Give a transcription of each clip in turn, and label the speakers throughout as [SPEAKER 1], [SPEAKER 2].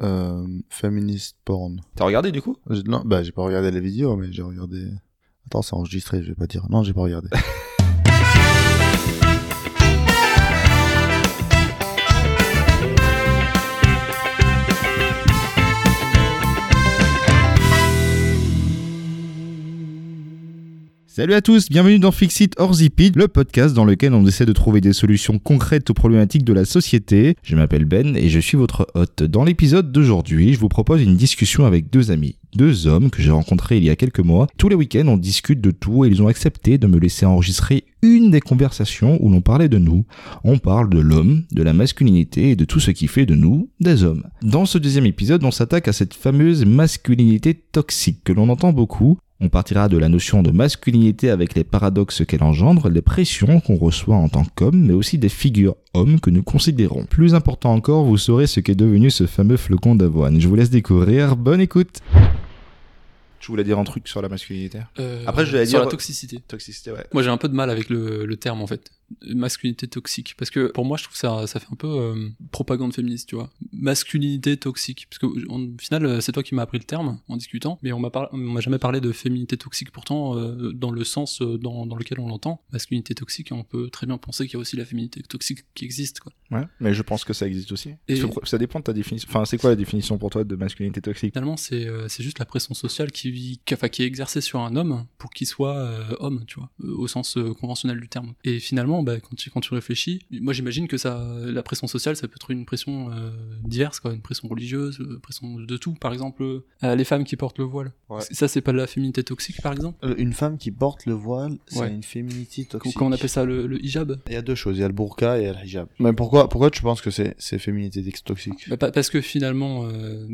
[SPEAKER 1] euh, Feminist porn.
[SPEAKER 2] T'as regardé du coup
[SPEAKER 1] J'ai- Non, bah j'ai pas regardé la vidéo, mais j'ai regardé. Attends, c'est enregistré, je vais pas dire. Non, j'ai pas regardé.
[SPEAKER 3] Salut à tous, bienvenue dans Fixit or Zipit, le podcast dans lequel on essaie de trouver des solutions concrètes aux problématiques de la société. Je m'appelle Ben et je suis votre hôte. Dans l'épisode d'aujourd'hui, je vous propose une discussion avec deux amis. Deux hommes que j'ai rencontrés il y a quelques mois. Tous les week-ends, on discute de tout et ils ont accepté de me laisser enregistrer une des conversations où l'on parlait de nous. On parle de l'homme, de la masculinité et de tout ce qui fait de nous des hommes. Dans ce deuxième épisode, on s'attaque à cette fameuse masculinité toxique que l'on entend beaucoup. On partira de la notion de masculinité avec les paradoxes qu'elle engendre, les pressions qu'on reçoit en tant qu'homme, mais aussi des figures hommes que nous considérons. Plus important encore, vous saurez ce qu'est devenu ce fameux flocon d'avoine. Je vous laisse découvrir, bonne écoute Tu voulais dire un truc sur la masculinité
[SPEAKER 4] Euh,
[SPEAKER 2] Après, je vais
[SPEAKER 4] sur
[SPEAKER 2] dire-
[SPEAKER 4] la toxicité.
[SPEAKER 2] Toxicité, ouais.
[SPEAKER 4] Moi, j'ai un peu de mal avec le, le terme en fait, masculinité toxique, parce que pour moi, je trouve ça, ça fait un peu euh, propagande féministe, tu vois. Masculinité toxique, parce que en- au final, euh, c'est toi qui m'as appris le terme en discutant, mais on m'a par- on m'a jamais parlé de féminité toxique. Pourtant, euh, dans le sens euh, dans, dans lequel on l'entend, masculinité toxique, on peut très bien penser qu'il y a aussi la féminité toxique qui existe, quoi.
[SPEAKER 3] Ouais, mais je pense que ça existe aussi.
[SPEAKER 4] Et-
[SPEAKER 3] Ça- Ça dépend de ta définition. Enfin, c'est quoi la définition pour toi de masculinité toxique
[SPEAKER 4] Finalement, c'est euh, c'est juste la pression sociale qui, vit- qui, enfin, qui est exercée sur un homme pour qu'il soit euh, homme, tu vois, euh, au sens euh, conventionnel du terme. Et finalement, bah, quand, tu, quand tu réfléchis, moi j'imagine que ça, la pression sociale, ça peut être une pression euh, diverse, quoi, une pression religieuse, une pression de tout. Par exemple, euh, les femmes qui portent le voile.
[SPEAKER 2] Ouais.
[SPEAKER 4] C'est- Ça, c'est pas de la féminité toxique, par exemple
[SPEAKER 1] Euh, Une femme qui porte le voile, c'est
[SPEAKER 4] Ouais.
[SPEAKER 1] une féminité
[SPEAKER 4] Comment
[SPEAKER 1] toxique.
[SPEAKER 4] comment on appelle ça le, le hijab
[SPEAKER 1] Il y a deux choses, il y a le burqa et il y a le hijab. Mais pourquoi, pourquoi tu penses que c'est c'est féminité toxique
[SPEAKER 4] Bah, pa- Parce que finalement, euh,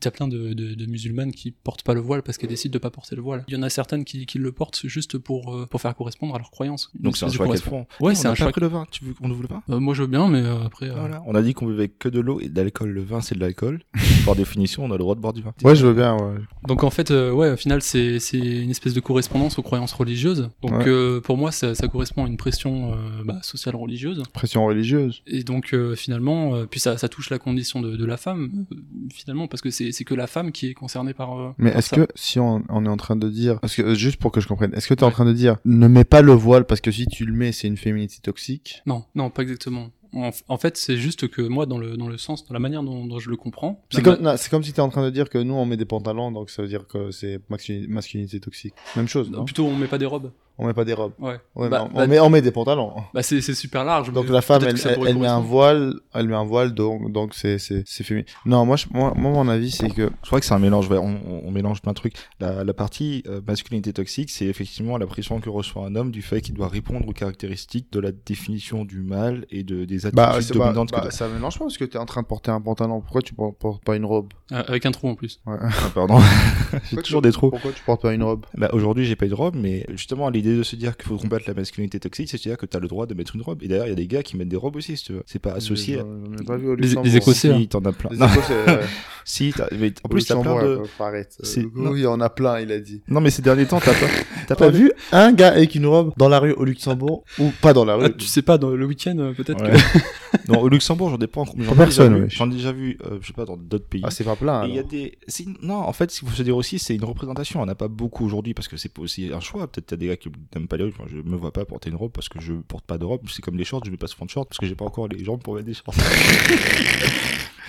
[SPEAKER 4] t'as plein de, de, de musulmanes qui portent pas le voile parce qu'elles décident de pas porter le voile. Il y en a certaines qui, qui le portent juste pour, euh, pour faire correspondre à leurs croyances. Une
[SPEAKER 3] Donc c'est un
[SPEAKER 4] espèce de
[SPEAKER 3] choix qu'elles
[SPEAKER 4] correspond-
[SPEAKER 3] font.
[SPEAKER 4] Ouais,
[SPEAKER 3] On
[SPEAKER 4] c'est
[SPEAKER 3] a
[SPEAKER 4] un
[SPEAKER 3] pas
[SPEAKER 4] choix.
[SPEAKER 3] pris le vin, tu veux qu'on ne voulait pas
[SPEAKER 4] Euh, moi je veux bien, mais euh, après. euh,
[SPEAKER 3] Voilà. On a dit qu'on buvait que de l'eau et d'alcool. Le vin, c'est de l'alcool. Par définition, on a le droit de boire du vin.
[SPEAKER 1] Ouais, je veux bien, ouais.
[SPEAKER 4] Donc en fait, euh, ouais, au final, c'est c'est une espèce de correspondance aux croyances religieuses. Donc
[SPEAKER 1] Ouais.
[SPEAKER 4] euh, pour moi, ça, ça correspond à une pression euh, bah, sociale religieuse.
[SPEAKER 1] Pression religieuse.
[SPEAKER 4] Et donc euh, finalement, euh, puis ça, ça touche la condition de, de la femme, euh, finalement, parce que c'est c'est que la femme qui est concernée par. euh,
[SPEAKER 1] Mais
[SPEAKER 4] par
[SPEAKER 1] est-ce
[SPEAKER 4] ça.
[SPEAKER 1] que si on, on est en train de dire, parce que euh, juste pour que je comprenne, est-ce que tu es en train de dire ne mets pas le voile parce que si tu le mets c'est une féminité toxique
[SPEAKER 4] Non, non, pas exactement. En, en fait, c'est juste que moi, dans le, dans le sens, dans la manière dont, dont je le comprends, bah,
[SPEAKER 1] C'est
[SPEAKER 4] la
[SPEAKER 1] comme, non, c'est comme si tu es en train de dire que nous on met des pantalons donc ça veut dire que c'est masculini- masculinité toxique. Même chose,
[SPEAKER 4] ma-
[SPEAKER 1] non
[SPEAKER 4] bah, plutôt on met pas des robes.
[SPEAKER 1] On met pas des robes.
[SPEAKER 4] Ouais.
[SPEAKER 1] Ouais,
[SPEAKER 4] Bah,
[SPEAKER 1] mais on,
[SPEAKER 4] bah,
[SPEAKER 1] on met, on met des pantalons.
[SPEAKER 4] bah, c'est c'est super large.
[SPEAKER 1] Donc
[SPEAKER 4] mais
[SPEAKER 1] la femme,
[SPEAKER 4] peut-être
[SPEAKER 1] elle,
[SPEAKER 4] que ça
[SPEAKER 1] elle-
[SPEAKER 4] pourrait
[SPEAKER 1] elle met un
[SPEAKER 4] correspondre.
[SPEAKER 1] voile, elle met un voile, donc donc c'est c'est c'est féminin. Non, moi, je, moi, moi, mon avis c'est que
[SPEAKER 3] Je crois que c'est un mélange. ouais, on, on- on mélange plein de trucs. La, la partie euh, masculinité toxique, c'est effectivement la pression que reçoit un homme du fait qu'il doit répondre aux caractéristiques de la définition du mal et de, des attitudes
[SPEAKER 1] bah, c'est pas-
[SPEAKER 3] dominantes. que
[SPEAKER 1] bah, ça mélange pas parce que t'es en train de porter un pantalon. Pourquoi tu por- portes pas une robe
[SPEAKER 4] Euh, avec un trou en plus.
[SPEAKER 1] Ouais.
[SPEAKER 3] Ah, pardon. J'ai
[SPEAKER 1] Pourquoi
[SPEAKER 3] toujours
[SPEAKER 1] tu-
[SPEAKER 3] des trous.
[SPEAKER 1] Pourquoi tu portes pas une robe
[SPEAKER 3] Bah, aujourd'hui, j'ai pas eu de robe, mais justement, l'idée de se dire qu'il faut combattre la masculinité toxique, c'est-à-dire que t'as le droit de mettre une robe. Et d'ailleurs, il y a des gars qui mettent des robes aussi, si tu veux. C'est pas associé. à-
[SPEAKER 1] J'en ai pas vu au
[SPEAKER 4] Les-
[SPEAKER 1] Luxembourg.
[SPEAKER 4] les Écossais, hein.
[SPEAKER 3] Si, t'en as plein.
[SPEAKER 1] Les
[SPEAKER 3] Non,
[SPEAKER 1] Écossais, ouais.
[SPEAKER 3] si, t'as- mais en
[SPEAKER 1] Au
[SPEAKER 3] plus, t'as plein
[SPEAKER 1] Luxembourg,
[SPEAKER 3] de.
[SPEAKER 1] euh, arrête. Euh,
[SPEAKER 3] C'est-
[SPEAKER 1] Oui, on a plein, il a dit.
[SPEAKER 3] Non, mais ces derniers temps, t'as pas, t'as pas
[SPEAKER 1] T'as
[SPEAKER 3] vu
[SPEAKER 1] vu un gars avec une robe dans la rue au Luxembourg ou pas dans la rue
[SPEAKER 4] Ah, tu sais pas, dans le week-end, euh, peut-être
[SPEAKER 3] Ouais.
[SPEAKER 4] que.
[SPEAKER 3] Non, au Luxembourg, j'en ai pas encore. mais J'en ai
[SPEAKER 1] Personne,
[SPEAKER 3] déjà vu-
[SPEAKER 1] ouais.
[SPEAKER 3] J'en ai déjà vu, euh, je sais pas, dans d'autres pays.
[SPEAKER 1] Ah, c'est pas plein.
[SPEAKER 3] Et il y a
[SPEAKER 1] alors.
[SPEAKER 3] des. c'est- Non, en fait, ce qu'il faut se dire aussi, c'est une représentation. On n'a pas beaucoup aujourd'hui parce que c'est aussi un choix. Peut-être t'as des gars qui n'aiment pas les robes. Moi, je me vois pas porter une robe parce que je porte pas de robe. C'est comme les shorts, je mets pas souvent de shorts parce que j'ai pas encore les jambes pour mettre des shorts.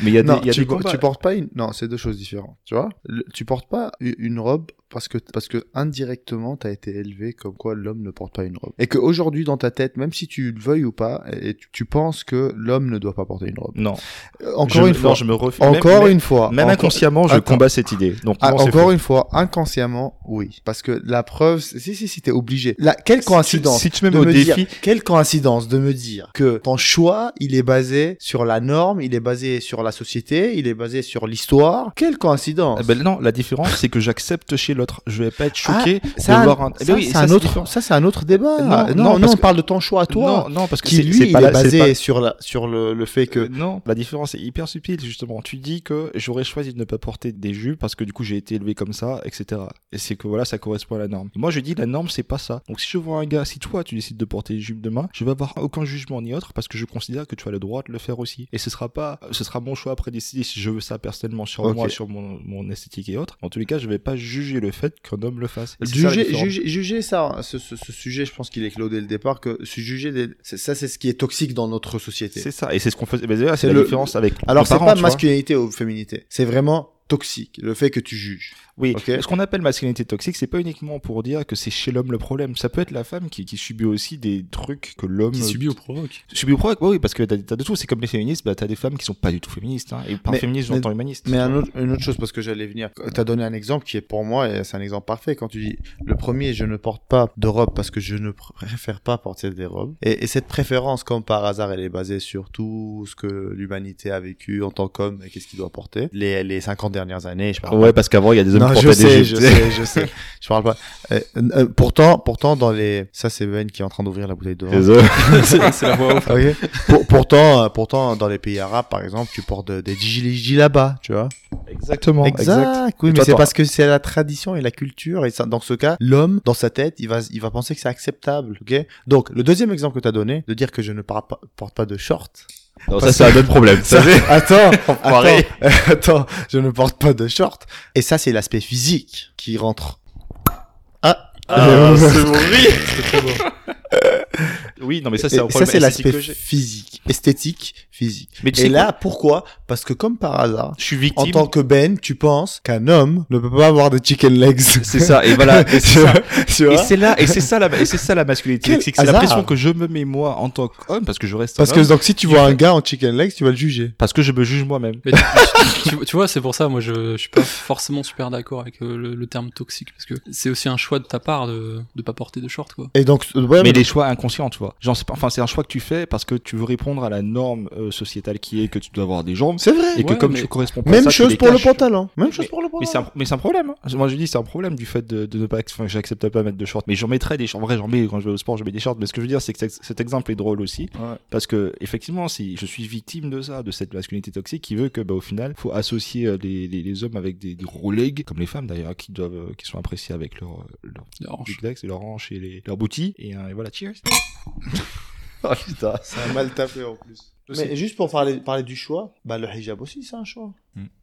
[SPEAKER 3] Mais il y a des,
[SPEAKER 1] Non,
[SPEAKER 3] il y a
[SPEAKER 1] tu,
[SPEAKER 3] des
[SPEAKER 1] po-
[SPEAKER 3] combats.
[SPEAKER 1] tu portes pas une. Non, c'est deux choses différentes. Tu vois, Le- tu portes pas u- une robe parce que parce que indirectement t'as été élevé comme quoi l'homme ne porte pas une robe et que aujourd'hui dans ta tête, même si tu le veuilles ou pas, et tu, tu penses que l'homme ne doit pas porter une robe.
[SPEAKER 3] Non.
[SPEAKER 1] Euh, Encore une
[SPEAKER 3] Je- non,
[SPEAKER 1] fois.
[SPEAKER 3] je me refuse.
[SPEAKER 1] Encore
[SPEAKER 3] même,
[SPEAKER 1] une fois.
[SPEAKER 3] Même
[SPEAKER 1] Ah, encore-
[SPEAKER 3] inconsciemment, je
[SPEAKER 1] Attends.
[SPEAKER 3] combats cette idée. Donc,
[SPEAKER 1] Ah,
[SPEAKER 3] non, c'est
[SPEAKER 1] encore
[SPEAKER 3] faux.
[SPEAKER 1] une fois, inconsciemment, oui. Parce que la preuve, c'est- si, si, si, t'es obligé. Là, quelle coïncidence
[SPEAKER 3] Si tu me mets
[SPEAKER 1] de
[SPEAKER 3] au
[SPEAKER 1] me
[SPEAKER 3] défi,
[SPEAKER 1] dire- quelle coïncidence de me dire que ton choix, il est basé sur la norme, il est basé sur la société, il est basé sur l'histoire. Quelle coïncidence
[SPEAKER 3] eh ben, Ah ben non, la différence, c'est que j'accepte chez l'autre. Je vais pas être choqué
[SPEAKER 1] Ah, ça,
[SPEAKER 3] de voir un. Eh
[SPEAKER 1] ça,
[SPEAKER 3] ben oui,
[SPEAKER 1] c'est
[SPEAKER 3] ça,
[SPEAKER 1] un
[SPEAKER 3] c'est
[SPEAKER 1] autre,
[SPEAKER 3] différent. Euh,
[SPEAKER 1] ça, c'est un autre débat. Non,
[SPEAKER 3] Non,
[SPEAKER 1] non,
[SPEAKER 3] non, parce
[SPEAKER 1] on
[SPEAKER 3] que-
[SPEAKER 1] parle de ton choix à toi.
[SPEAKER 3] non, non, parce que
[SPEAKER 1] qui
[SPEAKER 3] c'est
[SPEAKER 1] lui,
[SPEAKER 3] c'est pas
[SPEAKER 1] il
[SPEAKER 3] la-
[SPEAKER 1] est
[SPEAKER 3] c'est
[SPEAKER 1] basé
[SPEAKER 3] pas-
[SPEAKER 1] sur, la, sur le, le fait que.
[SPEAKER 3] Euh, non, la différence est hyper subtile justement. Tu dis que j'aurais choisi de ne pas porter des jupes parce que du coup j'ai été élevé comme ça, etc. Et c'est que voilà, ça correspond à la norme. Moi je dis la norme c'est pas ça. Donc si je vois un gars, si toi tu décides de porter des jupes demain, je vais avoir aucun jugement ni autre parce que je considère que tu as le droit de le faire aussi. Et ce sera pas, ce sera mon choix après de décider si je veux ça personnellement sur
[SPEAKER 1] Ok.
[SPEAKER 3] moi, sur mon, mon esthétique et autres. En tous les cas, je vais pas juger le fait qu'un homme le fasse. Et c'est ça, la
[SPEAKER 1] Juger,
[SPEAKER 3] différence.
[SPEAKER 1] juger, juger ça, hein, ce, ce- ce sujet, je pense qu'il est clos dès le départ, que se juger, des- c'est- ça c'est ce qui est toxique dans notre société.
[SPEAKER 3] C'est ça. Et c'est ce qu'on faisait. mais d'ailleurs,
[SPEAKER 1] C'est
[SPEAKER 3] c'est la
[SPEAKER 1] le-
[SPEAKER 3] différence avec.
[SPEAKER 1] Alors
[SPEAKER 3] nos
[SPEAKER 1] c'est
[SPEAKER 3] parents,
[SPEAKER 1] pas
[SPEAKER 3] tu vois.
[SPEAKER 1] masculinité ou féminité, c'est vraiment toxique, le fait que tu juges.
[SPEAKER 3] Oui,
[SPEAKER 1] Ok.
[SPEAKER 3] ce qu'on appelle masculinité toxique, c'est pas uniquement pour dire que c'est chez l'homme le problème. Ça peut être la femme qui, qui subit aussi des trucs que l'homme
[SPEAKER 4] Qui subit ou provoque.
[SPEAKER 3] subit au provoque. Oui, parce que t'as, t'as de tout. C'est comme les féministes, bah, t'as des femmes qui sont pas du tout féministes. hein. Et par
[SPEAKER 1] Mais-
[SPEAKER 3] féministe,
[SPEAKER 1] mais-
[SPEAKER 3] j'entends humaniste.
[SPEAKER 1] Mais un autre- une autre chose, parce que j'allais venir, tu as donné un exemple qui est pour moi, et c'est un exemple parfait, quand tu dis, le premier, je ne porte pas de robe parce que je ne pr- préfère pas porter des robes. Et, et cette préférence, comme par hasard, elle est basée sur tout ce que l'humanité a vécu en tant qu'homme, et qu'est-ce qu'il doit porter. Les, les 50 dernières années, je parle
[SPEAKER 3] Ah Ouais, parce qu'avant, il y a des hommes
[SPEAKER 1] non,
[SPEAKER 3] qui
[SPEAKER 1] je
[SPEAKER 3] portaient
[SPEAKER 1] sais,
[SPEAKER 3] des
[SPEAKER 1] je
[SPEAKER 3] jupes.
[SPEAKER 1] sais, je sais. Je parle pas. Euh, euh, pourtant, pourtant, dans les, ça c'est Ben qui est en train d'ouvrir la bouteille de vin.
[SPEAKER 3] Désolé.
[SPEAKER 4] c'est c'est la voix off.
[SPEAKER 1] Ok. Pour- pourtant, euh, pourtant, dans les pays arabes, par exemple, tu portes de- des gilets là-bas, tu vois.
[SPEAKER 3] Exactement.
[SPEAKER 1] Oui,
[SPEAKER 3] Et
[SPEAKER 1] mais
[SPEAKER 3] toi,
[SPEAKER 1] c'est
[SPEAKER 3] t'en-
[SPEAKER 1] parce que c'est la tradition et la culture. Et ça, dans ce cas, l'homme, dans sa tête, il va, il va penser que c'est acceptable. Ok. Donc, le deuxième exemple que t'as donné, de dire que je ne par- pas- porte pas de short.
[SPEAKER 3] Non, ça,
[SPEAKER 1] Parce
[SPEAKER 3] c'est un autre problème. Ça, c'est-
[SPEAKER 1] Attends, attends,
[SPEAKER 3] Enfoiré.
[SPEAKER 1] attends, je ne porte pas de short. Et ça, c'est l'aspect physique qui rentre. Ah.
[SPEAKER 3] Ah,
[SPEAKER 1] Euh,
[SPEAKER 3] c'est horrible. Oui, non, mais ça, c'est un
[SPEAKER 1] Et ça,
[SPEAKER 3] problème.
[SPEAKER 1] c'est
[SPEAKER 3] esthétique
[SPEAKER 1] l'aspect
[SPEAKER 3] que j'ai.
[SPEAKER 1] physique, esthétique, physique.
[SPEAKER 3] Mais tu
[SPEAKER 1] Et
[SPEAKER 3] sais
[SPEAKER 1] là, pourquoi Parce que comme par hasard,
[SPEAKER 3] quoi, je suis
[SPEAKER 1] en
[SPEAKER 3] victime.
[SPEAKER 1] tant que Ben, tu penses qu'un homme ne peut pas avoir de chicken legs.
[SPEAKER 3] C'est ça. Et voilà. et
[SPEAKER 1] tu
[SPEAKER 3] c'est ça.
[SPEAKER 1] vois, tu
[SPEAKER 3] Et
[SPEAKER 1] vois
[SPEAKER 3] c'est là, et c'est ça la, et c'est ça la masculinité
[SPEAKER 1] Quel
[SPEAKER 3] toxique. C'est la
[SPEAKER 1] hasard.
[SPEAKER 3] pression que je me mets moi en tant qu'homme parce que je reste un
[SPEAKER 1] Parce
[SPEAKER 3] homme,
[SPEAKER 1] que donc si tu vois un gars en chicken legs, tu vas le juger.
[SPEAKER 3] parce que je me juge moi-même.
[SPEAKER 4] Mais tu, tu- tu vois, c'est pour ça, moi, je, je suis pas forcément super d'accord avec euh, le, le terme toxique, parce que c'est aussi un choix de ta part de, de pas porter de short, quoi.
[SPEAKER 1] Et donc ouais,
[SPEAKER 3] mais des choix inconscients, tu vois. Genre, c'est pas, enfin, c'est un choix que tu fais parce que tu veux répondre à la norme euh, sociétale qui est que tu dois avoir des jambes
[SPEAKER 1] c'est vrai.
[SPEAKER 3] et que
[SPEAKER 4] Ouais,
[SPEAKER 3] comme
[SPEAKER 4] mais-
[SPEAKER 3] tu corresponds pas à
[SPEAKER 1] Même
[SPEAKER 3] ça, tu
[SPEAKER 1] chose
[SPEAKER 3] les
[SPEAKER 1] pour le
[SPEAKER 3] caches.
[SPEAKER 1] pantalon. Même
[SPEAKER 3] Mais-
[SPEAKER 1] chose pour le pantalon.
[SPEAKER 3] Mais c'est un, mais c'est un problème. hein. Moi, je dis, c'est un problème du fait de, de ne pas, enfin, j'accepte pas de mettre de shorts. Mais j'en mettrais des shorts. En vrai, j'en mets quand je vais au sport, je mets des shorts. Mais ce que je veux dire, c'est que cet- cet exemple est drôle aussi.
[SPEAKER 1] Ouais.
[SPEAKER 3] Parce que, effectivement, si je suis victime de ça, de cette masculinité toxique qui veut que, bah, au final, faut associer euh, les, les, les hommes avec des gros legs, comme les femmes d'ailleurs, qui doivent, euh, qui sont appréciées avec leur, euh, leur
[SPEAKER 4] La hanche.
[SPEAKER 3] big legs et leur hanche et les, leur boutis. Et, euh, et voilà, cheers. oh putain.
[SPEAKER 1] C'est un mal tapé en plus.
[SPEAKER 3] Je
[SPEAKER 1] Mais juste pour parler, parler du choix, bah le hijab aussi c'est un choix.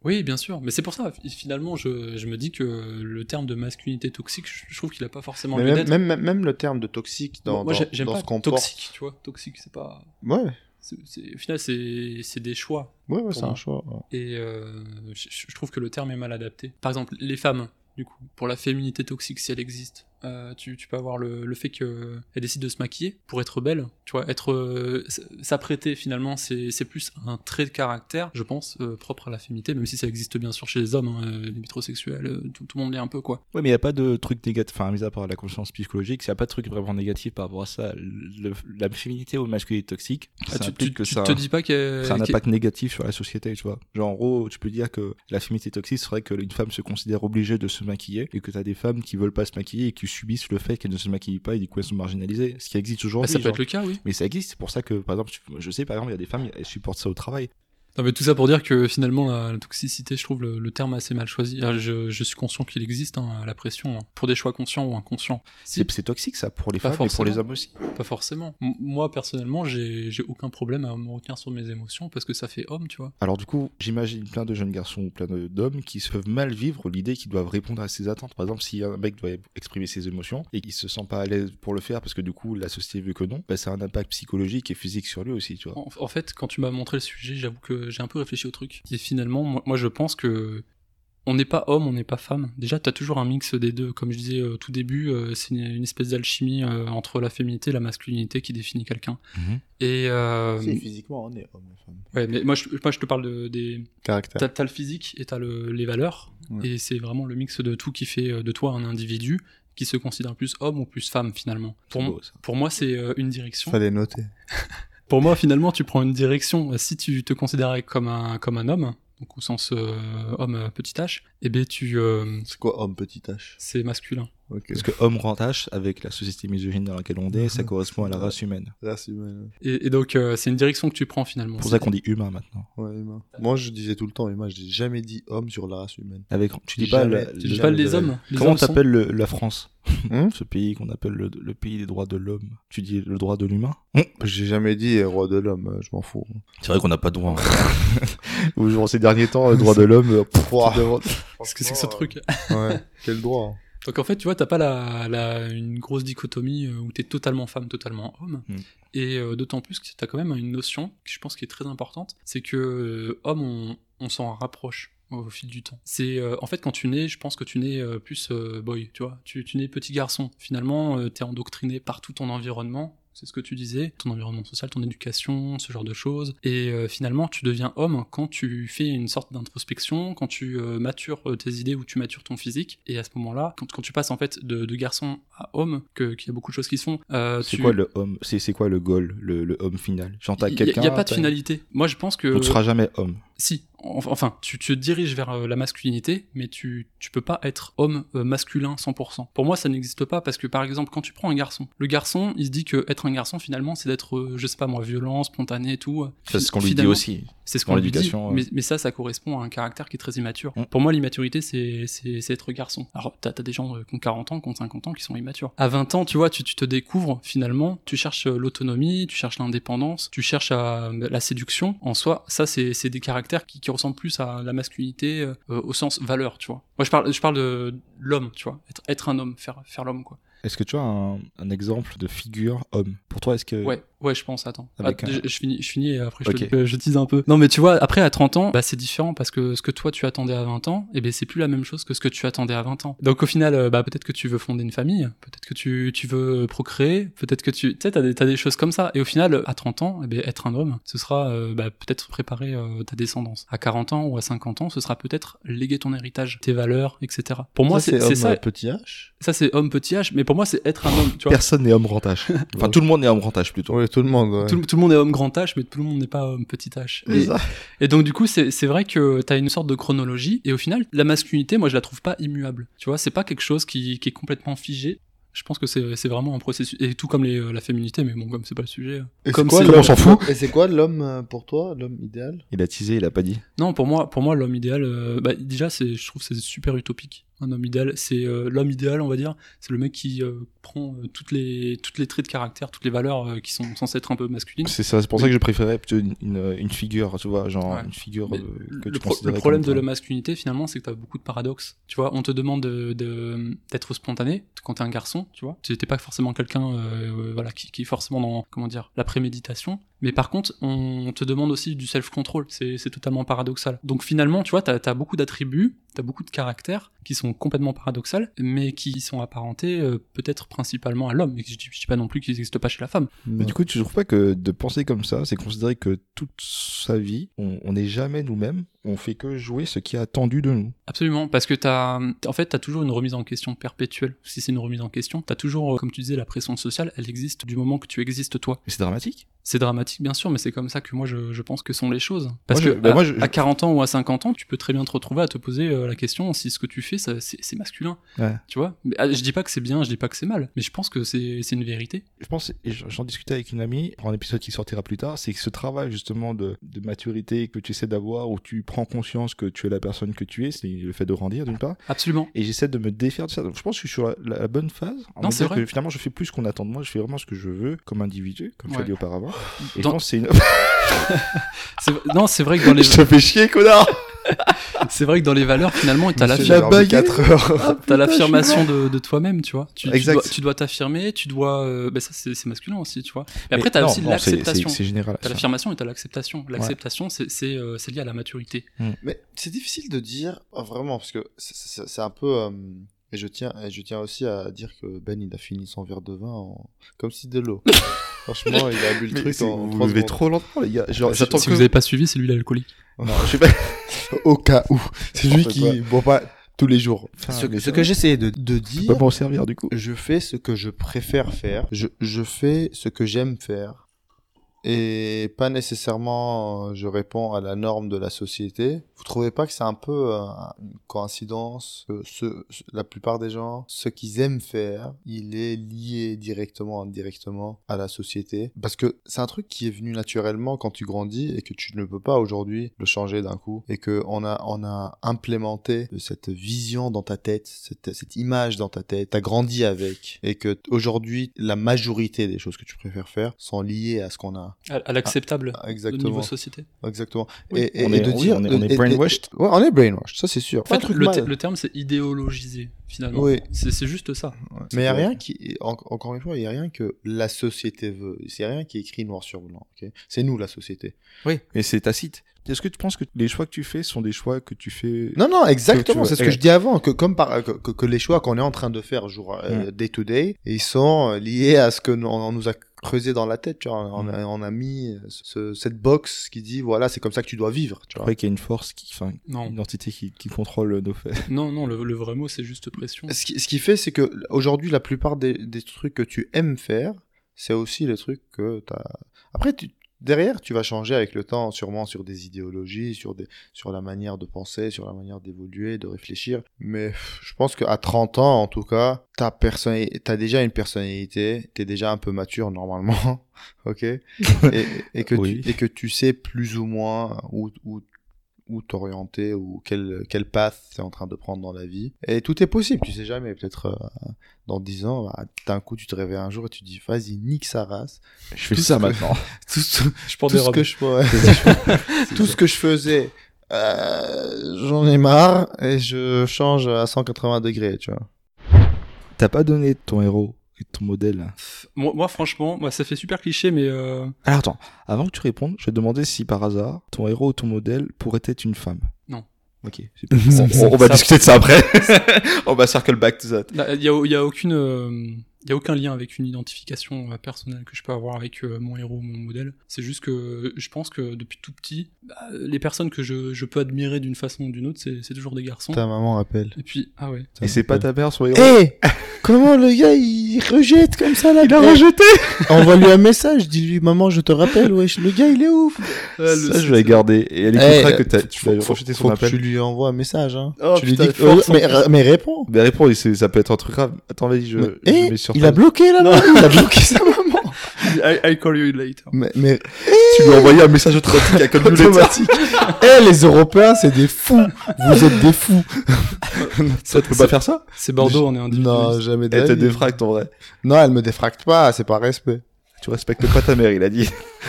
[SPEAKER 4] Oui, bien sûr. Mais c'est pour ça, fi- finalement, je, je me dis que le terme de masculinité toxique, je, je trouve qu'il a pas forcément
[SPEAKER 1] Mais
[SPEAKER 4] lieu
[SPEAKER 1] même,
[SPEAKER 4] d'être.
[SPEAKER 1] même, même, même le terme de toxique dans,
[SPEAKER 4] moi,
[SPEAKER 1] dans,
[SPEAKER 4] j'ai- j'aime
[SPEAKER 1] dans
[SPEAKER 4] pas
[SPEAKER 1] ce qu'on porte.
[SPEAKER 4] toxique, tu vois. Toxique, c'est pas.
[SPEAKER 1] Ouais,
[SPEAKER 4] c'est- c'est- au final, c'est c'est des choix.
[SPEAKER 1] ouais, ouais c'est
[SPEAKER 4] moi.
[SPEAKER 1] un choix. ouais.
[SPEAKER 4] Et euh, je, je trouve que le terme est mal adapté. Par exemple, les femmes, du coup, pour la féminité toxique, si elle existe, euh, tu, tu peux avoir le, le fait qu'elle décide de se maquiller pour être belle. Tu vois, être euh, s- s'apprêter finalement, c'est c'est plus un trait de caractère, je pense, euh, propre à la féminité, même si ça existe bien sûr chez les hommes, hein, euh, les hétérosexuels, euh, tout, tout le monde l'est un peu, quoi.
[SPEAKER 3] Ouais, mais il n'y a pas de truc négatif, enfin, mis à part la conscience psychologique, il n'y a pas de truc vraiment négatif par rapport à ça. Le- la féminité ou le masculinité toxique,
[SPEAKER 4] Ah,
[SPEAKER 3] ça
[SPEAKER 4] tu
[SPEAKER 3] implique
[SPEAKER 4] tu-
[SPEAKER 3] que
[SPEAKER 4] tu
[SPEAKER 3] ça,
[SPEAKER 4] te dis pas que
[SPEAKER 3] ça a un impact négatif sur la société, tu vois. Genre, en gros, tu peux dire que la féminité toxique serait que une femme se considère obligée de se maquiller et que tu as des femmes qui veulent pas se maquiller et qui subissent le fait qu'elles ne se maquillent pas et du coup elles sont marginalisées. Ce qui existe
[SPEAKER 4] Bah,
[SPEAKER 3] aujourd'hui.
[SPEAKER 4] ça peut
[SPEAKER 3] genre.
[SPEAKER 4] être le cas, oui.
[SPEAKER 3] Mais ça existe, c'est pour ça que, par exemple, tu- je sais, par exemple, il y a des femmes, elles supportent ça au travail.
[SPEAKER 4] Non, mais tout ça pour dire que finalement, la, la toxicité, je trouve le, le terme assez mal choisi. Ah, Je, je suis conscient qu'il existe, hein, la pression, hein, pour des choix conscients ou inconscients. Si,
[SPEAKER 3] C'est c'est toxique, ça, pour les
[SPEAKER 4] Pas
[SPEAKER 3] femmes et pour
[SPEAKER 4] forcément.
[SPEAKER 3] les hommes aussi.
[SPEAKER 4] pas forcément. M- moi, personnellement, j'ai j'ai aucun problème à me retenir sur mes émotions parce que ça fait homme, tu vois.
[SPEAKER 3] Alors du coup, j'imagine plein de jeunes garçons ou plein de- d'hommes qui se peuvent mal vivre l'idée qu'ils doivent répondre à ses attentes. Par exemple, si un mec doit exprimer ses émotions et qu'il se sent pas à l'aise pour le faire parce que du coup la société veut que non, bah, ça a un impact psychologique et physique sur lui aussi, tu vois.
[SPEAKER 4] En, en fait, quand tu m'as montré le sujet, j'avoue que j'ai un peu réfléchi au truc. Et finalement, moi, moi, je pense que on n'est pas homme, on n'est pas femme. Déjà, t'as toujours un mix des deux. Comme je disais euh, au tout début, euh, c'est une, une espèce d'alchimie euh, entre la féminité et la masculinité qui définit quelqu'un.
[SPEAKER 3] Mhm.
[SPEAKER 4] Et euh,
[SPEAKER 1] Si, physiquement on est homme et femme.
[SPEAKER 4] ouais, mais moi, je, moi, je te parle de, des,
[SPEAKER 1] Caractère.
[SPEAKER 4] T'as, t'as le physique et t'as le- les valeurs,
[SPEAKER 1] Ouais.
[SPEAKER 4] et c'est vraiment le mix de tout qui fait euh, de toi un individu qui se considère plus homme ou plus femme finalement. Pour,
[SPEAKER 3] C'est
[SPEAKER 4] m-
[SPEAKER 3] beau, ça.
[SPEAKER 4] pour moi, c'est euh, une direction.
[SPEAKER 1] Fallait noter.
[SPEAKER 4] Pour moi, finalement, tu prends une direction. Si tu te considérais comme un, comme un homme, donc au sens euh, homme euh, petit h, eh bien tu, euh,
[SPEAKER 1] C'est quoi homme petit h
[SPEAKER 4] c'est masculin.
[SPEAKER 1] Ok.
[SPEAKER 3] Parce que homme grand H, avec la société misogyne dans laquelle on est, ça correspond à la race humaine.
[SPEAKER 1] Là, c'est humain.
[SPEAKER 4] Et, et donc euh, c'est une direction que tu prends finalement.
[SPEAKER 3] C'est pour ça qu'on dit humain maintenant.
[SPEAKER 1] Ouais, humain. Moi, je disais tout le temps humain. J'ai jamais dit homme sur la race humaine.
[SPEAKER 3] Avec, tu dis
[SPEAKER 1] Jamais.
[SPEAKER 3] pas, la-
[SPEAKER 4] Tu dis
[SPEAKER 1] les
[SPEAKER 4] pas
[SPEAKER 1] hommes,
[SPEAKER 4] les
[SPEAKER 1] les
[SPEAKER 4] hommes. les
[SPEAKER 3] Comment
[SPEAKER 4] hommes sont-
[SPEAKER 3] t'appelles le- la France
[SPEAKER 1] Hein
[SPEAKER 3] Ce pays qu'on appelle le, le pays des droits de l'homme. Tu dis le droit de l'humain Hein?
[SPEAKER 1] J'ai jamais dit euh, roi de l'homme. euh, Je m'en fous.
[SPEAKER 3] C'est vrai qu'on n'a pas de droit.
[SPEAKER 1] Ou genre ces derniers temps, le droit de l'homme. euh, pff, tu te demandes-
[SPEAKER 4] Qu'est-ce que c'est que ce truc
[SPEAKER 1] euh, Ouais. Quel droit hein.
[SPEAKER 4] Donc en fait, tu vois, t'as pas la, la- une grosse dichotomie euh, où t'es totalement femme, totalement homme.
[SPEAKER 3] Mm.
[SPEAKER 4] Et euh, d'autant plus que t'as quand même une notion que je pense qui est très importante, c'est que euh, homme, on, on s'en rapproche au fil du temps. C'est euh, en fait quand tu nais, je pense que tu nais euh, plus euh, boy, tu vois. Tu, tu nais petit garçon. Finalement, euh, t'es endoctriné par tout ton environnement. C'est ce que tu disais, ton environnement social, ton éducation, ce genre de choses. Et euh, finalement, tu deviens homme quand tu fais une sorte d'introspection, quand tu euh, matures euh, tes idées ou tu matures ton physique. Et à ce moment-là, quand, quand tu passes en fait de, de garçon à homme, que- qu'il y a beaucoup de choses qui se font, euh,
[SPEAKER 3] C'est
[SPEAKER 4] tu-
[SPEAKER 3] quoi le homme C'est c'est quoi le goal Le, le homme final Genre t'as
[SPEAKER 4] il y a- il
[SPEAKER 3] quelqu'un.
[SPEAKER 4] n'y a pas de
[SPEAKER 3] t'as-
[SPEAKER 4] finalité. euh, Moi, je pense que
[SPEAKER 3] Donc tu seras jamais homme.
[SPEAKER 4] si, en- enfin, tu tu te diriges vers euh, la masculinité, mais tu, tu peux pas être homme euh, masculin 100%. Pour moi, ça n'existe pas parce que, par exemple, quand tu prends un garçon, le garçon, il se dit que être un garçon, finalement, c'est d'être, euh, je sais pas moi, violent, spontané et tout.
[SPEAKER 3] C'est ce qu'on lui dit
[SPEAKER 4] Finalement,
[SPEAKER 3] aussi.
[SPEAKER 4] C'est ce
[SPEAKER 3] dans
[SPEAKER 4] qu'on lui dit.
[SPEAKER 3] l'éducation, euh.
[SPEAKER 4] Mais, mais ça, ça correspond à un caractère qui est très immature.
[SPEAKER 3] Mm.
[SPEAKER 4] Pour moi, l'immaturité, c'est c'est- c'est être garçon. Alors, t'as as des gens euh, qui ont 40 ans, qui ont 50 ans, qui sont immatures. À 20 ans, tu vois, tu, tu te découvres finalement, tu cherches euh, l'autonomie, tu cherches l'indépendance, tu cherches à, euh, la séduction. En soi, ça, c'est c'est des caractères qui, qui ressemblent plus à la masculinité euh, au sens valeur, tu vois. Moi, je parle, je parle de l'homme, tu vois. Être, être un homme, faire, faire l'homme, quoi.
[SPEAKER 3] Est-ce que tu as un, un exemple de figure homme Pour toi, est-ce que.
[SPEAKER 4] Ouais, ouais, je pense, attends.
[SPEAKER 3] euh, Avec
[SPEAKER 4] Ah,
[SPEAKER 3] un-
[SPEAKER 4] je, je finis, je finis et après je,
[SPEAKER 3] Ok.
[SPEAKER 4] te, je tease un peu. Non, mais tu vois, après à 30 ans, bah, c'est différent parce que ce que toi tu attendais à 20 ans, eh ben, c'est plus la même chose que ce que tu attendais à 20 ans. Donc au final, euh, bah, peut-être que tu veux fonder une famille, peut-être que tu, tu veux euh, procréer, peut-être que tu. Tu sais, t'as des, t'as des choses comme ça. Et au final, à 30 ans, eh ben, être un homme, ce sera euh, bah, peut-être préparer euh, ta descendance. À 40 ans ou à 50 ans, ce sera peut-être léguer ton héritage, tes valeurs, etc. Pour moi, c'est c'est
[SPEAKER 1] homme,
[SPEAKER 4] ça.
[SPEAKER 1] euh, petit h.
[SPEAKER 4] Ça, c'est homme petit âge, mais pour moi, c'est être un homme, tu vois.
[SPEAKER 3] Personne n'est homme grand H. enfin, tout le monde est homme grand H plutôt.
[SPEAKER 1] Ouais, tout le monde. ouais.
[SPEAKER 4] Tout, le- tout le monde est homme grand H, mais tout le monde n'est pas homme petit H.
[SPEAKER 1] C'est
[SPEAKER 4] Et,
[SPEAKER 1] ça.
[SPEAKER 4] et donc du coup, c'est c'est vrai que t'as une sorte de chronologie, et au final, la masculinité, moi, je la trouve pas immuable. Tu vois, c'est pas quelque chose qui, qui est complètement figé. Je pense que c'est c'est vraiment un processus, et tout comme les, euh, la féminité, mais bon, comme c'est pas le sujet. euh.
[SPEAKER 1] Et
[SPEAKER 4] Comme
[SPEAKER 1] c'est quoi
[SPEAKER 4] c'est-
[SPEAKER 1] l'homme-
[SPEAKER 3] on s'en fout.
[SPEAKER 1] Et c'est quoi l'homme euh, pour toi, l'homme idéal
[SPEAKER 3] Il a teasé, il a pas dit.
[SPEAKER 4] Non, pour moi, pour moi, l'homme idéal, euh, bah, déjà, c'est, je trouve, que c'est super utopique. Un homme idéal, c'est euh, l'homme idéal, on va dire, c'est le mec qui euh, prend euh, toutes les toutes les traits de caractère, toutes les valeurs euh, qui sont censées être un peu masculines.
[SPEAKER 3] C'est ça, c'est pour ça que je préférais plutôt une, une- une figure, tu vois, genre
[SPEAKER 4] Ouais.
[SPEAKER 3] une figure
[SPEAKER 4] Mais
[SPEAKER 3] euh, que
[SPEAKER 4] le,
[SPEAKER 3] tu
[SPEAKER 4] pro- le
[SPEAKER 3] considérais
[SPEAKER 4] problème
[SPEAKER 3] comme
[SPEAKER 4] de la
[SPEAKER 3] toi.
[SPEAKER 4] masculinité finalement c'est que t'as beaucoup de paradoxes tu vois on te demande de- de- d'être spontané quand t'es un garçon tu vois t'es t'es pas forcément quelqu'un euh, euh, voilà qui, qui est forcément dans comment dire la préméditation mais par contre on te demande aussi du self control c'est c'est totalement paradoxal donc finalement tu vois t'as as beaucoup d'attributs t'as beaucoup de caractères qui sont complètement paradoxaux mais qui sont apparentés euh, peut-être principalement à l'homme et je dis, je dis pas non plus qu'ils n'existent pas chez la femme
[SPEAKER 3] Mais du coup, tu trouves pas que de penser comme ça, c'est considérer que toute sa vie, on on n'est jamais nous-mêmes, on fait que jouer ce qui est attendu de nous.
[SPEAKER 4] Absolument, parce que t'as, en fait, t'as toujours une remise en question perpétuelle. Si c'est une remise en question, t'as toujours, euh, comme tu disais, la pression sociale, elle existe du moment que tu existes toi.
[SPEAKER 3] Mais c'est dramatique.
[SPEAKER 4] C'est dramatique, bien sûr, mais c'est comme ça que moi, je, je pense que sont les choses. Parce
[SPEAKER 3] Moi, je-
[SPEAKER 4] que
[SPEAKER 3] bah,
[SPEAKER 4] à,
[SPEAKER 3] moi, je-
[SPEAKER 4] à 40 ans ou à 50 ans, tu peux très bien te retrouver à te poser euh, la question si ce que tu fais, ça, c'est, c'est masculin.
[SPEAKER 3] Ouais.
[SPEAKER 4] Tu vois Mais, ah, Je dis pas que c'est bien, je dis pas que c'est mal, mais je pense que c'est, c'est une vérité.
[SPEAKER 3] Je pense, et j'en j'en discutais avec une amie pour un épisode qui sortira plus tard, c'est que ce travail justement de, de maturité que tu essaies d'avoir, où tu prends conscience que tu es la personne que tu es, c'est le fait de grandir d'une part,
[SPEAKER 4] Absolument.
[SPEAKER 3] et j'essaie de me défaire de ça. Donc, je pense que je suis sur la, la- la bonne phase. en
[SPEAKER 4] Non,
[SPEAKER 3] me
[SPEAKER 4] c'est
[SPEAKER 3] dire
[SPEAKER 4] vrai.
[SPEAKER 3] Que finalement, je fais plus qu'on attend de moi. Je fais vraiment ce que je veux comme individu, comme tu as
[SPEAKER 4] Ouais.
[SPEAKER 3] dit auparavant. Et je
[SPEAKER 4] Dans-
[SPEAKER 3] pense que c'est une.
[SPEAKER 4] C'est, non, c'est vrai que dans les,
[SPEAKER 3] je te fais chier, connard
[SPEAKER 4] c'est vrai que dans les valeurs, finalement, t'as la Ah,
[SPEAKER 1] Monsieur
[SPEAKER 3] la
[SPEAKER 1] Jarvis,
[SPEAKER 3] baguette.
[SPEAKER 1] quatre
[SPEAKER 3] Ah,
[SPEAKER 1] heures.
[SPEAKER 4] T'as l'affirmation de, de toi-même, tu vois. Tu, tu
[SPEAKER 3] Exact.
[SPEAKER 4] dois- tu dois t'affirmer, tu dois. euh, ben ça, c'est c'est masculin aussi, tu vois. Mais après, t'as
[SPEAKER 3] non,
[SPEAKER 4] aussi
[SPEAKER 3] non, c'est-
[SPEAKER 4] l'acceptation.
[SPEAKER 3] C'est c'est général.
[SPEAKER 4] T'as
[SPEAKER 3] ça.
[SPEAKER 4] l'affirmation et t'as l'acceptation. L'acceptation, c'est- c'est euh, c'est lié à la maturité.
[SPEAKER 1] Mais c'est difficile de dire ah, vraiment parce que c'est- c'est c'est un peu. euh, et je tiens, et je tiens aussi à dire que Ben il a fini son verre de vin en... comme si de l'eau. Franchement, il a bu le
[SPEAKER 3] Mais
[SPEAKER 1] truc
[SPEAKER 3] c'est-
[SPEAKER 1] en
[SPEAKER 3] vous
[SPEAKER 1] trois
[SPEAKER 3] buvez
[SPEAKER 1] secondes.
[SPEAKER 3] trop lentement, les gars. Genre,
[SPEAKER 1] Si-
[SPEAKER 3] j'attends
[SPEAKER 4] si
[SPEAKER 3] que.
[SPEAKER 4] vous avez pas suivi, c'est lui l'alcoolique.
[SPEAKER 3] Non, je sais pas.
[SPEAKER 1] Au cas où, c'est lui
[SPEAKER 3] N'importe quoi.
[SPEAKER 1] qui boit pas tous les jours.
[SPEAKER 3] Enfin,
[SPEAKER 1] ce,
[SPEAKER 3] mais
[SPEAKER 1] ce
[SPEAKER 3] ça-
[SPEAKER 1] que j'essayais de, de
[SPEAKER 3] Je
[SPEAKER 1] dire,
[SPEAKER 3] peux pas m'en servir du coup.
[SPEAKER 1] je fais ce que je préfère faire. Je, je fais ce que j'aime faire. et pas nécessairement euh, je réponds à la norme de la société, vous trouvez pas que c'est un peu euh, une coïncidence que ce- ce- la plupart des gens, ce qu'ils aiment faire, il est lié directement, indirectement à la société Parce que c'est un truc qui est venu naturellement quand tu grandis et que tu ne peux pas aujourd'hui le changer d'un coup et que on a, on a implémenté cette vision dans ta tête, cette, cette image dans ta tête, t'as grandi avec et que t- aujourd'hui la majorité des choses que tu préfères faire sont liées à ce qu'on a
[SPEAKER 4] À, à l'acceptable
[SPEAKER 1] Ah,
[SPEAKER 4] au
[SPEAKER 1] exactement
[SPEAKER 4] niveau société.
[SPEAKER 1] exactement
[SPEAKER 4] Oui.
[SPEAKER 1] et, et-
[SPEAKER 3] on
[SPEAKER 1] et
[SPEAKER 3] est,
[SPEAKER 1] de
[SPEAKER 3] on
[SPEAKER 1] dire
[SPEAKER 3] est- on est
[SPEAKER 1] et- et-
[SPEAKER 3] brainwashed.
[SPEAKER 1] ouais on est brainwashed ça c'est sûr
[SPEAKER 4] En fait,
[SPEAKER 1] Pas un truc
[SPEAKER 4] le,
[SPEAKER 1] mal.
[SPEAKER 4] te- le terme, c'est idéologisé, finalement.
[SPEAKER 1] Oui.
[SPEAKER 4] C'est c'est juste ça.
[SPEAKER 1] Mais il a rien qui, en- encore une fois, il n'y a rien que la société veut. C'est rien qui est écrit noir sur blanc. ok c'est nous la société.
[SPEAKER 3] Oui, mais c'est tacite. Est-ce que tu penses que les choix que tu fais sont des choix que tu fais
[SPEAKER 1] Non, non, exactement.
[SPEAKER 3] veux.
[SPEAKER 1] C'est ce que
[SPEAKER 3] Ok.
[SPEAKER 1] je dis avant. Que comme par, que, que- que les choix qu'on est en train de faire jour euh, day to day, ils sont euh, liés à ce que nous- on nous a creusé dans la tête. Tu vois, on, a, on a mis euh, ce- cette box qui dit voilà, c'est comme ça que tu dois vivre. Tu
[SPEAKER 3] Je
[SPEAKER 1] vois.
[SPEAKER 3] croyais qu'il y a une force, qui, enfin,
[SPEAKER 4] Non,
[SPEAKER 3] une entité qui, qui contrôle nos faits.
[SPEAKER 4] non, non le, le vrai mot, c'est juste pression.
[SPEAKER 1] Ce qui, ce qui fait, c'est que aujourd'hui, la plupart des, des trucs que tu aimes faire, c'est aussi les trucs que t'as. Après, tu, derrière, tu vas changer avec le temps, sûrement sur des idéologies, sur, des, sur la manière de penser, sur la manière d'évoluer, de réfléchir. Mais pff, je pense qu'à 30 ans, en tout cas, t'as personne, t'as déjà une personnalité, t'es déjà un peu mature normalement, ok, et, et que
[SPEAKER 3] Oui.
[SPEAKER 1] tu, et que tu sais plus ou moins où, où où t'orienter ou quelle, quelle path t'es en train de prendre dans la vie. Et tout est possible, tu sais jamais. Peut-être euh, dans 10 ans, bah, d'un coup, tu te réveilles un jour et tu te dis, vas-y, nique sa race.
[SPEAKER 3] Je fais
[SPEAKER 1] Tout
[SPEAKER 3] ça
[SPEAKER 1] ce que-
[SPEAKER 3] maintenant.
[SPEAKER 1] Tout, ce-
[SPEAKER 4] Je porte
[SPEAKER 1] tout
[SPEAKER 4] des
[SPEAKER 1] ce
[SPEAKER 4] robes.
[SPEAKER 1] que je, ouais, tout ce que je faisais, euh, j'en ai marre et je change à 180 degrés, tu vois.
[SPEAKER 3] T'as pas donné ton héros et ton modèle.
[SPEAKER 4] Moi, moi, franchement, moi, ça fait super cliché, mais euh,
[SPEAKER 3] Alors attends, avant que tu répondes, je vais te demander si par hasard ton héros ou ton modèle pourrait être une femme.
[SPEAKER 4] Non.
[SPEAKER 3] Ok.
[SPEAKER 4] Ça- ça- ça-
[SPEAKER 3] de ça après. on va circle back to that.
[SPEAKER 4] Là, Bah, Il n'y a, il y a aucune, euh, il y a aucun lien avec une identification euh, personnelle que je peux avoir avec euh, mon héros, mon modèle. C'est juste que je pense que depuis tout petit, bah, les personnes que je, je peux admirer d'une façon ou d'une autre, c'est c'est toujours des garçons.
[SPEAKER 1] Ta maman appelle.
[SPEAKER 4] Et puis, ah ouais.
[SPEAKER 3] Et c'est pas ta mère son héros.
[SPEAKER 1] Hé Comment le gars il rejette comme ça là
[SPEAKER 3] Il a rejeté.
[SPEAKER 1] Envoie-lui un message, dis-lui maman je te rappelle, wesh, le gars il est ouf
[SPEAKER 3] ça je vais garder. Et elle écoutera
[SPEAKER 1] Eh,
[SPEAKER 3] que t'as- tu
[SPEAKER 1] faut-
[SPEAKER 3] l'as
[SPEAKER 1] faut-
[SPEAKER 3] rejeté
[SPEAKER 1] faut
[SPEAKER 3] son
[SPEAKER 1] que
[SPEAKER 3] appel.
[SPEAKER 1] Tu lui envoies un message, hein.
[SPEAKER 3] Oh,
[SPEAKER 1] tu lui
[SPEAKER 3] putain,
[SPEAKER 1] dis que-
[SPEAKER 3] force,
[SPEAKER 1] Oh, mais, mais réponds.
[SPEAKER 3] Mais réponds, c'est- ça peut être un truc grave. Attends, vas-y, je,
[SPEAKER 1] Mais-
[SPEAKER 3] je
[SPEAKER 1] Eh,
[SPEAKER 3] mets sur
[SPEAKER 1] il a
[SPEAKER 3] pause.
[SPEAKER 1] bloqué là, il a bloqué sa maman.
[SPEAKER 4] I, I call you later.
[SPEAKER 1] Mais, mais
[SPEAKER 3] Tu lui as envoyé un message automatique à comme
[SPEAKER 1] automatique. Eh, les Européens, c'est des fous. Vous êtes des fous.
[SPEAKER 3] Ça, tu peux pas faire ça
[SPEAKER 4] C'est Bordeaux, on est individualiste.
[SPEAKER 1] Non, jamais de
[SPEAKER 3] Elle
[SPEAKER 1] la
[SPEAKER 3] te
[SPEAKER 1] vie.
[SPEAKER 3] défracte en vrai.
[SPEAKER 1] Non, elle me défracte pas, c'est pas respect.
[SPEAKER 3] Tu respectes pas ta mère, il a dit.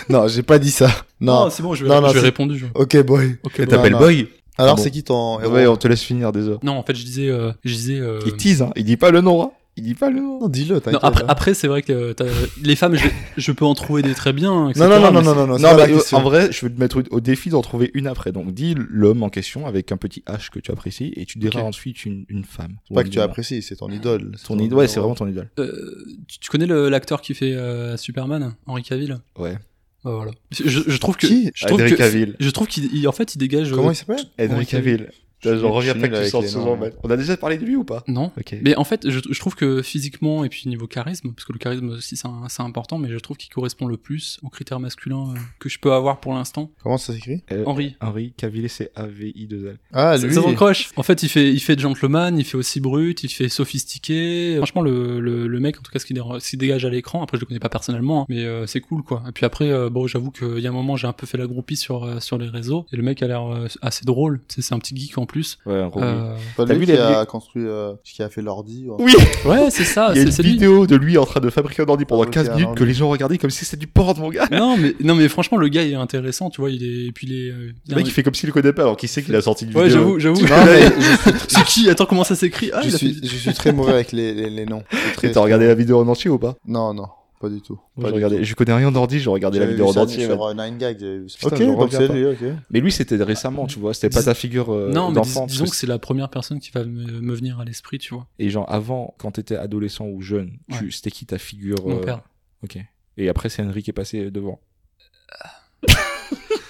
[SPEAKER 1] Non, j'ai pas dit ça. Non.
[SPEAKER 4] Non, Ah, c'est bon, je vais,
[SPEAKER 1] Non, non,
[SPEAKER 4] je vais
[SPEAKER 1] c'est-
[SPEAKER 4] répondu. je-
[SPEAKER 1] Ok, boy.
[SPEAKER 4] Ok,
[SPEAKER 3] Elle
[SPEAKER 4] bon.
[SPEAKER 1] t'as-
[SPEAKER 3] t'appelle
[SPEAKER 1] non.
[SPEAKER 3] Boy
[SPEAKER 1] Alors,
[SPEAKER 3] Bon.
[SPEAKER 1] c'est qui ton héros
[SPEAKER 3] Ouais, on te laisse finir, désolé.
[SPEAKER 4] Non, en fait, je disais, euh, je disais. euh,
[SPEAKER 3] Il tease, hein. Il dit pas le nom, hein. Il dit pas le nom.
[SPEAKER 1] Non, dis-le,
[SPEAKER 4] non,
[SPEAKER 1] t'inquiète.
[SPEAKER 4] après,
[SPEAKER 1] hein.
[SPEAKER 4] après c'est vrai que euh, t'as- les femmes, je, je peux en trouver des très bien. etc.,
[SPEAKER 1] Non, non, non,
[SPEAKER 4] mais
[SPEAKER 1] non, non, non, non, c'est
[SPEAKER 3] Non,
[SPEAKER 1] pas la
[SPEAKER 3] mais euh,
[SPEAKER 1] question.
[SPEAKER 3] en vrai, je vais te mettre au défi d'en trouver une après. Donc, dis l'homme en question avec un petit H que tu apprécies et tu diras
[SPEAKER 4] Ok.
[SPEAKER 3] ensuite une, une femme.
[SPEAKER 1] C'est Pas que tu
[SPEAKER 3] Ton
[SPEAKER 1] apprécies, c'est ton idole.
[SPEAKER 3] Ton idole, ouais, c'est
[SPEAKER 1] héros.
[SPEAKER 3] vraiment ton idole.
[SPEAKER 4] Euh, tu, tu connais le- l'acteur qui fait euh, Superman, Henry Cavill
[SPEAKER 3] Ouais.
[SPEAKER 4] Bah voilà. Je, je- je trouve que
[SPEAKER 1] Qui
[SPEAKER 4] je trouve
[SPEAKER 3] Henry
[SPEAKER 4] que-
[SPEAKER 3] Cavill.
[SPEAKER 4] je trouve qu'il il- en fait il dégage. euh,
[SPEAKER 1] Comment il s'appelle
[SPEAKER 3] Henry
[SPEAKER 4] Henry
[SPEAKER 3] Cavill. Putain, J'en
[SPEAKER 1] Je suis
[SPEAKER 3] reviens pas
[SPEAKER 1] nul
[SPEAKER 3] que tu
[SPEAKER 1] avec
[SPEAKER 3] sortes
[SPEAKER 1] les
[SPEAKER 3] ce
[SPEAKER 1] noms,
[SPEAKER 3] genre,
[SPEAKER 1] moi.
[SPEAKER 3] mec. On a déjà parlé de lui ou pas
[SPEAKER 4] euh, Non.
[SPEAKER 3] Ok.
[SPEAKER 4] Mais en fait, je, je trouve que physiquement et puis niveau charisme, parce que le charisme aussi c'est un- c'est important, mais je trouve qu'il correspond le plus aux critères masculins euh, que je peux avoir pour l'instant.
[SPEAKER 1] Comment ça s'écrit
[SPEAKER 3] Euh,
[SPEAKER 4] Henry.
[SPEAKER 3] Henry Cavill, c'est A-V-I-2-L.
[SPEAKER 1] Ah,
[SPEAKER 4] Ça
[SPEAKER 1] lui.
[SPEAKER 4] ça s'encroche. En fait, il fait, il fait gentleman, il fait aussi brut, il fait sophistiqué. Franchement, le, le, le mec, en tout cas, ce qu'il dé- ce qu'il dégage à l'écran, après, je le connais pas personnellement, hein, mais euh, c'est cool, quoi. Et puis après, euh, bon, j'avoue qu'il y a un moment, j'ai un peu fait la groupie sur, euh, sur les réseaux, et le mec a l'air euh, assez drôle. Tu sais, C'est un petit geek en plus.
[SPEAKER 3] Ouais, en gros.
[SPEAKER 4] Euh,
[SPEAKER 1] Pas
[SPEAKER 3] T'as
[SPEAKER 1] lui
[SPEAKER 3] vu
[SPEAKER 1] qui
[SPEAKER 3] les-
[SPEAKER 1] a construit, euh, qui a fait l'ordi. ou un-
[SPEAKER 3] Oui,
[SPEAKER 4] Ouais, c'est
[SPEAKER 3] il y
[SPEAKER 4] ça,
[SPEAKER 3] a
[SPEAKER 4] c'est
[SPEAKER 3] une
[SPEAKER 4] c'est lui.
[SPEAKER 3] vidéo de lui en train de fabriquer un ordi pendant
[SPEAKER 1] Ok,
[SPEAKER 3] 15 minutes
[SPEAKER 1] alors,
[SPEAKER 3] que les gens regardaient comme si c'était du porn, mon gars.
[SPEAKER 4] Non mais, non, mais franchement, le gars, il est intéressant, tu vois, il est. Et puis, il est. euh, il
[SPEAKER 3] Le
[SPEAKER 4] a
[SPEAKER 3] mec,
[SPEAKER 4] un-
[SPEAKER 3] il fait comme s'il le connaît pas alors qu'il sait qu'il a sorti une
[SPEAKER 4] Ouais,
[SPEAKER 3] vidéo.
[SPEAKER 4] j'avoue, j'avoue.
[SPEAKER 1] Non, mais je suis-
[SPEAKER 4] c'est qui Attends, comment ça s'écrit Ah,
[SPEAKER 1] je,
[SPEAKER 4] il a fait
[SPEAKER 1] suis, je suis très mauvais avec les, les, les noms. Je suis
[SPEAKER 3] Et
[SPEAKER 1] très-
[SPEAKER 3] T'as regardé la vidéo en entier ou pas
[SPEAKER 1] Non, non, pas du tout.
[SPEAKER 3] Moi,
[SPEAKER 1] Pas
[SPEAKER 3] je
[SPEAKER 1] du
[SPEAKER 3] regardais- je connais rien d'ordi, j'ai regardé la
[SPEAKER 1] J'avais
[SPEAKER 3] vidéo
[SPEAKER 1] vu
[SPEAKER 3] en
[SPEAKER 1] ça
[SPEAKER 3] entier.
[SPEAKER 1] Sur
[SPEAKER 3] ouais.
[SPEAKER 1] euh, Nine Gag, j'avais vu ça.
[SPEAKER 3] Putain,
[SPEAKER 1] ok,
[SPEAKER 3] je
[SPEAKER 1] donc
[SPEAKER 3] reviens
[SPEAKER 1] c'est
[SPEAKER 3] pas.
[SPEAKER 1] lui, ok.
[SPEAKER 3] Mais lui, c'était récemment, tu vois, c'était pas
[SPEAKER 4] Dis-
[SPEAKER 3] sa figure euh,
[SPEAKER 4] Non, mais dis-
[SPEAKER 3] d'enfant.
[SPEAKER 4] disons que
[SPEAKER 3] parce que-
[SPEAKER 4] c'est la première personne qui va me, me venir à l'esprit, tu vois.
[SPEAKER 3] Et genre, avant, quand t'étais adolescent ou jeune, tu- c'était qui ta figure
[SPEAKER 4] Mon
[SPEAKER 3] euh,
[SPEAKER 4] père.
[SPEAKER 3] Ok. Et après, c'est Henry qui est passé devant.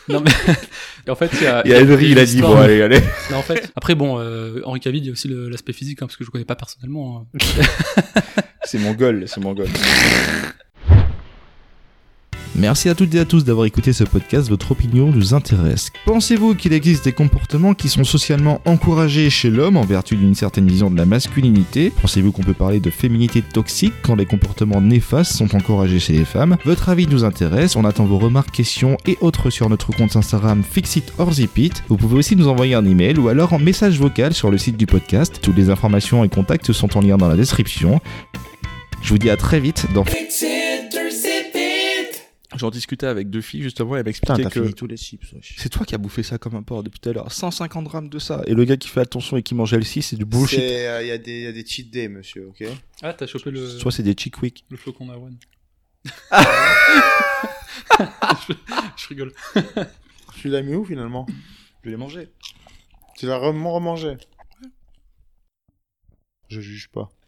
[SPEAKER 4] Non mais Et en fait il y a,
[SPEAKER 3] Et Henry, il a dit,
[SPEAKER 4] l'histoire-
[SPEAKER 3] bon, allez, allez.
[SPEAKER 4] Non, en fait, après bon, euh, Henri Cavill, il y a aussi le- l'aspect physique hein, parce que je le connais pas personnellement. hein.
[SPEAKER 3] C'est mon goal, c'est mon goal.
[SPEAKER 2] Merci à toutes et à tous d'avoir écouté ce podcast, votre opinion nous intéresse. Pensez-vous qu'il existe des comportements qui sont socialement encouragés chez l'homme en vertu d'une certaine vision de la masculinité Pensez-vous qu'on peut parler de féminité toxique quand les comportements néfastes sont encouragés chez les femmes Votre avis nous intéresse, on attend vos remarques, questions et autres sur notre compte Instagram Fixit or Zip It. Vous pouvez aussi nous envoyer un email ou alors en message vocal sur le site du podcast. Toutes les informations et contacts sont en lien dans la description. Je vous dis à très vite dans
[SPEAKER 3] J'en discutais avec deux filles justement et elles
[SPEAKER 2] Putain,
[SPEAKER 3] m'expliquaient
[SPEAKER 2] t'as
[SPEAKER 3] que
[SPEAKER 2] fini tous les chips, wesh.
[SPEAKER 3] c'est toi qui as bouffé ça comme un porc depuis tout à l'heure. 150 grammes de ça. Et le gars qui fait attention et qui mange L6, c'est du
[SPEAKER 1] euh, Il
[SPEAKER 3] bullshit.
[SPEAKER 1] y, a des- y a des cheat days, monsieur, ok
[SPEAKER 4] Ah, t'as chopé
[SPEAKER 2] Euh,
[SPEAKER 4] le,
[SPEAKER 3] Soit c'est des chick wick.
[SPEAKER 4] le flocon d'avoine. je, je rigole.
[SPEAKER 1] Tu l'as mis où finalement
[SPEAKER 3] Je l'ai mangé.
[SPEAKER 1] Tu l'as rem- remangé Je juge pas.